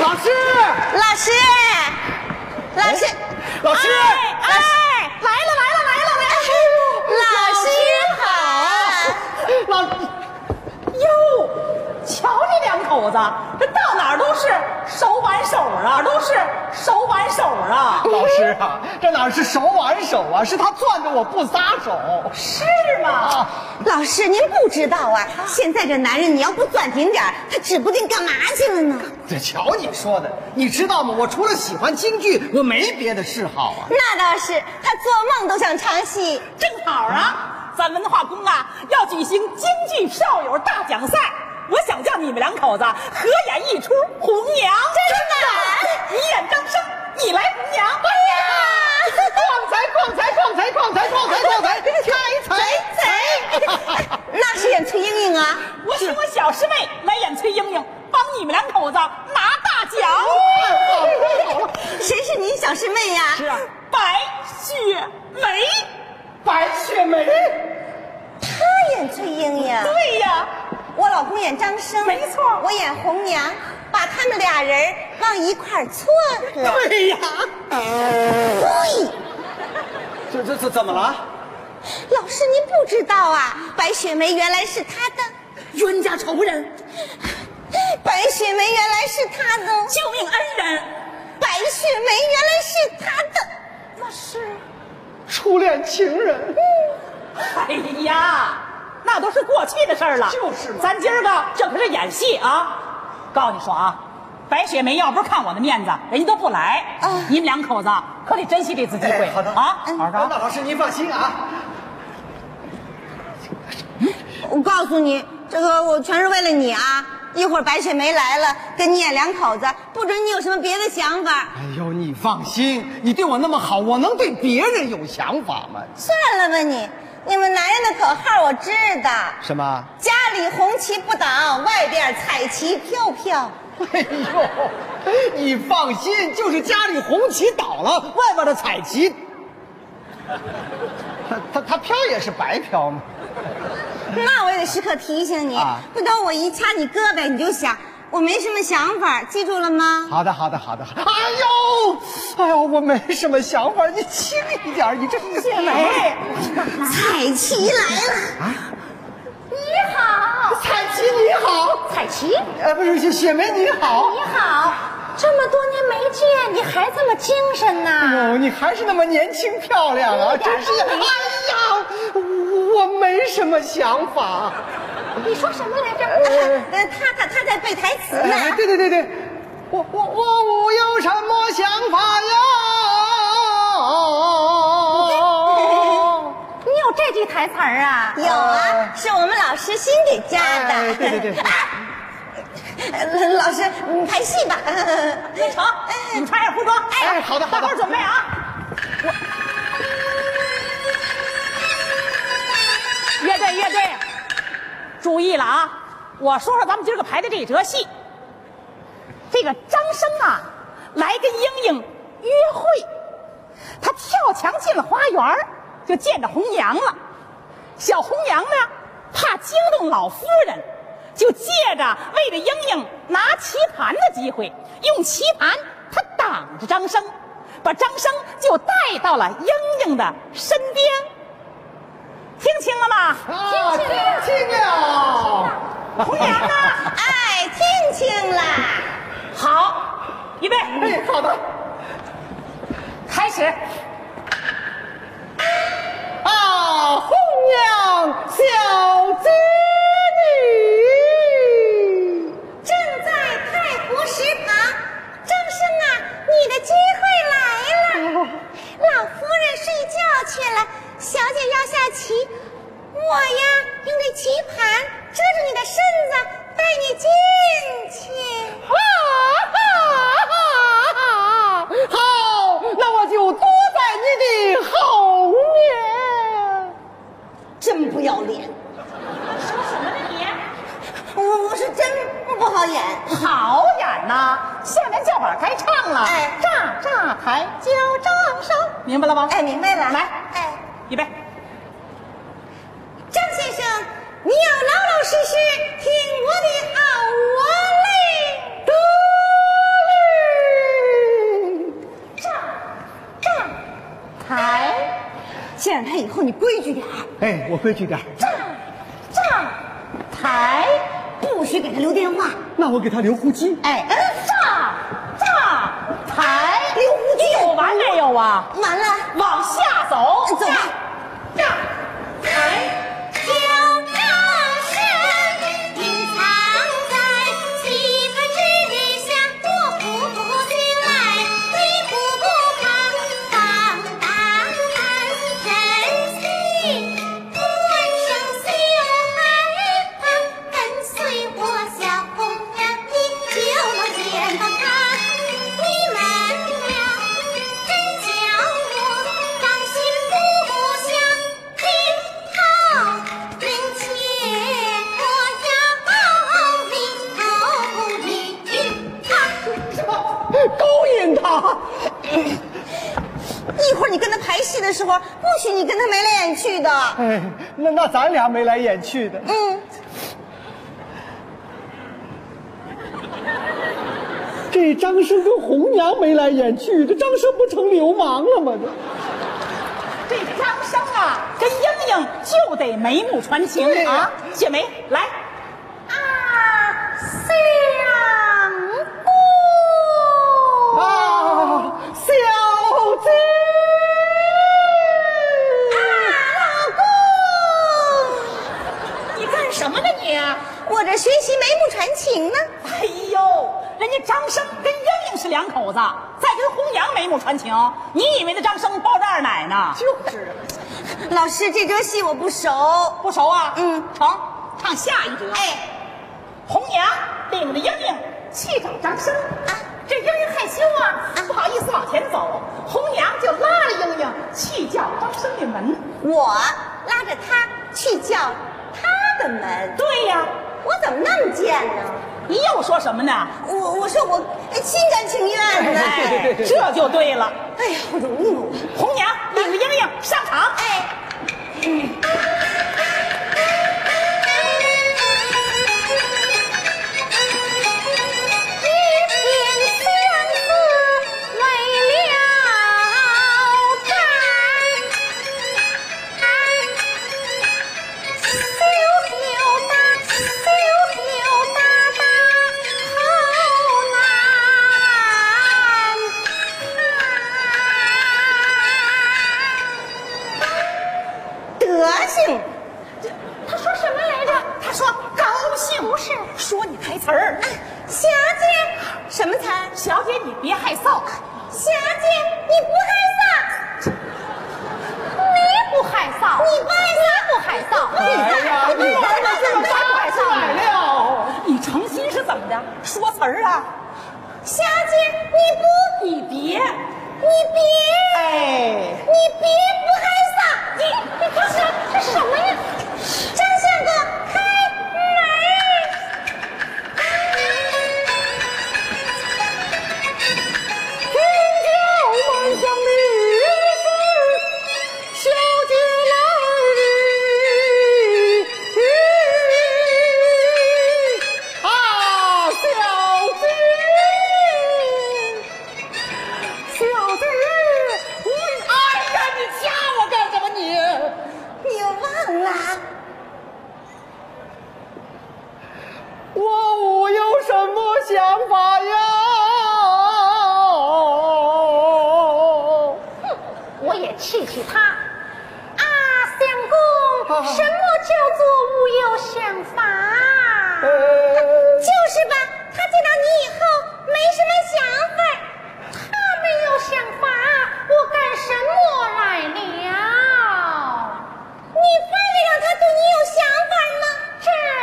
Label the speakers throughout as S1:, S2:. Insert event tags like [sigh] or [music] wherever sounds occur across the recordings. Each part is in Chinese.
S1: 老师，
S2: 老师，老师，
S1: 老师，
S2: 哎哎，来了来了来了来了，
S1: 老
S2: 老师好，
S3: 哟，瞧你两口子，这到哪儿都是手挽手啊，都是手挽手啊，
S1: 老师啊，这哪是手挽手啊，是他攥着我不撒手。
S3: 是吗？
S2: 老师您不知道啊，现在这男人你要不攥紧点儿，他指不定干嘛去了呢。
S1: 这瞧你说的，你知道吗？我除了喜欢京剧，我没别的嗜好啊。
S2: 那倒是，他做梦都想唱戏。
S3: 正好啊，咱文化宫啊要举行京剧少友大奖赛，我想叫你们两口子合演一出《红娘》。
S2: 真的
S3: 你演张生，你来红
S2: 哎
S3: 娘。
S2: [laughs] 呀，
S1: 逛财逛财逛财逛财逛财逛财，开财！
S2: 贼贼，哎 [laughs] 那是演崔莺莺啊。
S3: 我请我小师妹来演崔莺莺，帮你们两口子拿大奖。
S1: 哎
S2: 谁是您小师妹呀、
S3: 是啊，白雪梅。
S1: 白雪梅，
S2: 她演崔莺莺，
S3: 对呀，
S2: 我老公演张生，
S3: 没错
S2: 我演红娘，把他们俩人往一块儿撮合。
S1: 对呀，
S2: 对，
S1: 这这这怎么了？
S2: 老师您不知道啊，白雪梅原来是他的
S3: 冤家仇人，
S2: 白雪梅原来是他的，
S3: 救命恩人，
S2: 白雪梅原来是他的，
S3: 那是。
S1: 初恋情人，
S3: 哎呀，那都是过去的事儿了。
S1: 就是嘛
S3: 咱今儿个这可是演戏啊！告诉你说啊，白雪梅要不是看我的面子，人家都不来。
S2: 啊
S3: 你们两口子可得珍惜这次机会、
S1: 哎好的
S3: 啊！好
S1: 那
S3: 的，
S1: 老师您放心啊。
S2: 我告诉你，这个我全是为了你啊！一会儿白雪梅来了，跟你演两口子，不准你有什么别的想法。
S1: 哎呦，你放心，你对我那么好，我能对别人有想法吗？
S2: 算了吧你，你们男人的口号我知道，
S1: 什么？
S2: 家里红旗不倒，外边彩旗飘飘。
S1: 哎呦， [laughs] 你放心，就是家里红旗倒了，外边的彩旗， [laughs] 他他他飘也是白飘吗？
S2: 那我也得时刻提醒你，
S1: 啊
S2: 不等我一掐你胳膊，你就想我没什么想法，记住了吗？
S1: 好的，好的，好的。哎呦，哎呦，我没什么想法，你轻一点，你这是
S3: 雪
S1: 哎
S3: 梅，
S2: 彩旗来了，
S4: 你好，
S1: 彩旗你好，
S4: 彩旗，你
S2: 哦
S1: 哎，不是雪雪梅你好。
S4: 好，这么多年没见，你还这么精神呢？
S1: 哦，你还是那么年轻漂亮啊！真是，哎呀，我我没什么想法。
S4: 你说什么来着？
S2: 呃，他他他在背台词
S1: 哎，
S2: 呢。
S1: 对对对对，我我我我有什么想法呀？
S4: 你有这句台词儿啊？
S2: 有啊，是我们老师新给加的。
S1: 哎对对
S2: [laughs]
S1: 对
S2: 呃 [laughs] 老师，嗯拍戏吧。 [laughs]
S3: 那成，你们穿上服装。
S1: 哎好的好的
S3: 大伙儿准备啊！我乐队乐队，注意了啊！我说说咱们今儿个排的这折戏。这个张生啊，来跟英英约会，他跳墙进了花园儿就见着红娘了。小红娘呢，怕惊动老夫人，就借着为了英英拿棋盘的机会，用棋盘她挡着张生，把张生就带到了英英的身边。听清了吗？
S1: 啊，听清了。
S3: 红娘啊，
S2: 哎，听清了，
S3: 好，预备，
S1: 哎，好的。
S3: 开始。
S1: 啊，红娘小织女。
S2: 正在太湖石旁，张生啊，你的机会来了。老夫人睡觉去了，小姐要下棋，我呀用这棋盘遮住你的身子，带你进去。
S1: 啊哈哈！好，那我就多在你的后面。
S2: 真不要脸，
S3: 说什么呢你？
S2: 我我是真不好演。
S3: 好演呐、下联叫板该唱了。
S2: 哎
S3: 炸炸台教张生，明白了吗？
S2: 哎，明白了。
S3: 来，
S2: 哎。
S3: 预备，
S2: 张先生，你要老老实实听我的好我嘞。得嘞。后你规矩点儿，
S1: 哎，我规矩点儿，
S2: 站台不许给他留电话。
S1: 那我给他留呼机。
S2: 哎，嗯，站站台留胡须
S3: 有哦完没有啊？
S2: 完了，
S3: 往下走，
S2: 走吧
S3: 下下台。
S2: 九高升，隐藏在棋盘之下，我步步进来，你步步忙，放荡看人稀，不闻声息又害怕，跟随我小红娘，你就能见到他。你们俩真叫我芳心不下。听候，并且我要报你头一他。
S1: 勾引他，
S2: [laughs] 一会儿你跟他排戏的时候，不许你跟他眉来眼去的。
S1: 哎，那那咱俩眉来眼去的，
S2: 嗯，
S1: 这张生跟红娘眉来眼去，这张生不成流氓了吗？这
S3: 这张生啊，跟英英就得眉目传情
S1: 对
S3: 啊
S1: 呀！
S3: 雪梅，来，
S2: 啊，相公，
S1: 啊，小子，
S3: 你干什么呢你？
S2: 我这学习眉目传情呢。
S3: 哎呦，人家张生跟英英是两口子，再跟红娘眉目传情，你以为那张生抱着二奶呢？
S1: 就是
S2: 哎老师，这折戏我不熟。
S3: 不熟啊？
S2: 嗯
S3: 成，唱下一折。
S2: 哎，
S3: 红娘领着英英去找张生啊，这英英害羞啊，不好意思往前走，红娘就拉着英英去叫张生的门。
S2: 我拉着他去叫他的门，
S3: 对呀、
S2: 我怎么那么贱呢？
S3: 你又说什么
S1: [laughs]
S3: 呢？
S2: 我我说我哎心甘情愿
S1: 对
S2: 的。
S1: 对对
S3: 哎
S1: 对，对
S3: 这就对了。
S2: 哎呀，我容易吗？我
S3: 红娘领着英英上场，
S2: 哎。德行，
S3: 他说什么来着？他说高兴，不是啊说你台词儿。
S2: 小姐，什么词儿？
S3: 小姐，你别害臊，
S2: 小姐，你不害臊，
S3: 你不害臊，
S2: 你不害臊，
S3: 害臊。
S1: 哎呀，你玩的这么大拐
S3: 害臊？
S1: 了。
S3: 你成心是怎么的？说词儿啊？
S2: 小姐，你不，
S3: 你别，
S2: 你别，
S3: 哎，
S2: 你别不害臊，你你这是这什么呀？张相公，开门！
S1: 听叫满箱的是小姐来，啊，小姐，小姐，你哎呀，你掐我干什么你？
S2: 你忘了？
S1: 我我有什么想法呀？
S2: 我也气气他。啊，相公，什么叫做无有想法？
S1: 呃
S2: 就是吧，他见到你以后没什么想法，他没有想法，啊我干什么来了？你非得让他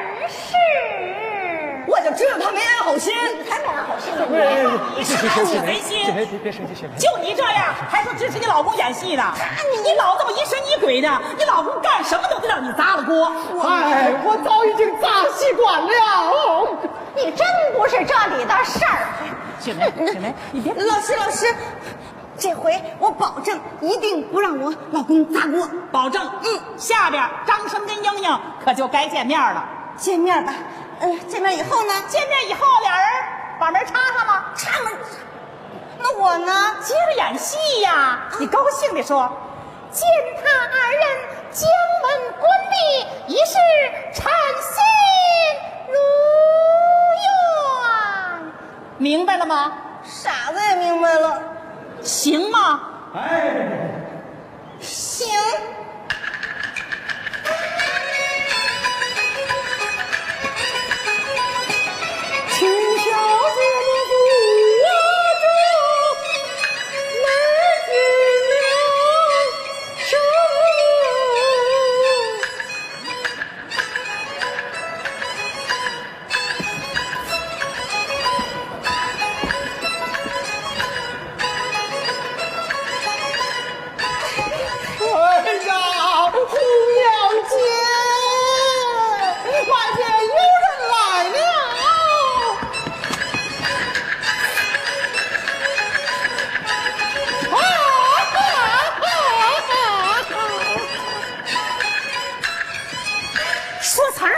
S2: 对你有想法吗？真是！我就知道他没安好心，才没安好心呢！
S3: 你
S1: 行
S3: 是
S1: 行
S3: 你
S1: 行
S3: 贼
S1: 行
S3: 心。
S1: 别别生气，雪梅。
S3: 就你这样，还说支持你老公演戏呢？啊你老这么疑神疑鬼的，你老公干什么都得让你砸了锅。
S1: 哎，我早已经炸气管了。
S2: 你真不是这里的事儿。
S3: 雪梅，雪梅，你别
S2: 老师，老师，这回我保证一定不让我老公砸锅。
S3: 保证，嗯，下边张生跟英英可就该见面了。
S2: 见面吧，呃，见面以后呢，
S3: 见面以后，俩人把门插上了，
S2: 插门。那我呢？
S3: 接着演戏呀。你高兴地说：“
S2: 小见他二人将门关闭，一时禅心如愿。
S3: 明白了吗？
S2: 傻子也明白了，
S3: 行吗？
S2: 行。
S1: 请小姐你不要
S2: 男子留守，
S1: 哎呀，姑娘姐，外面有人来了。
S3: 说词儿。
S2: 哎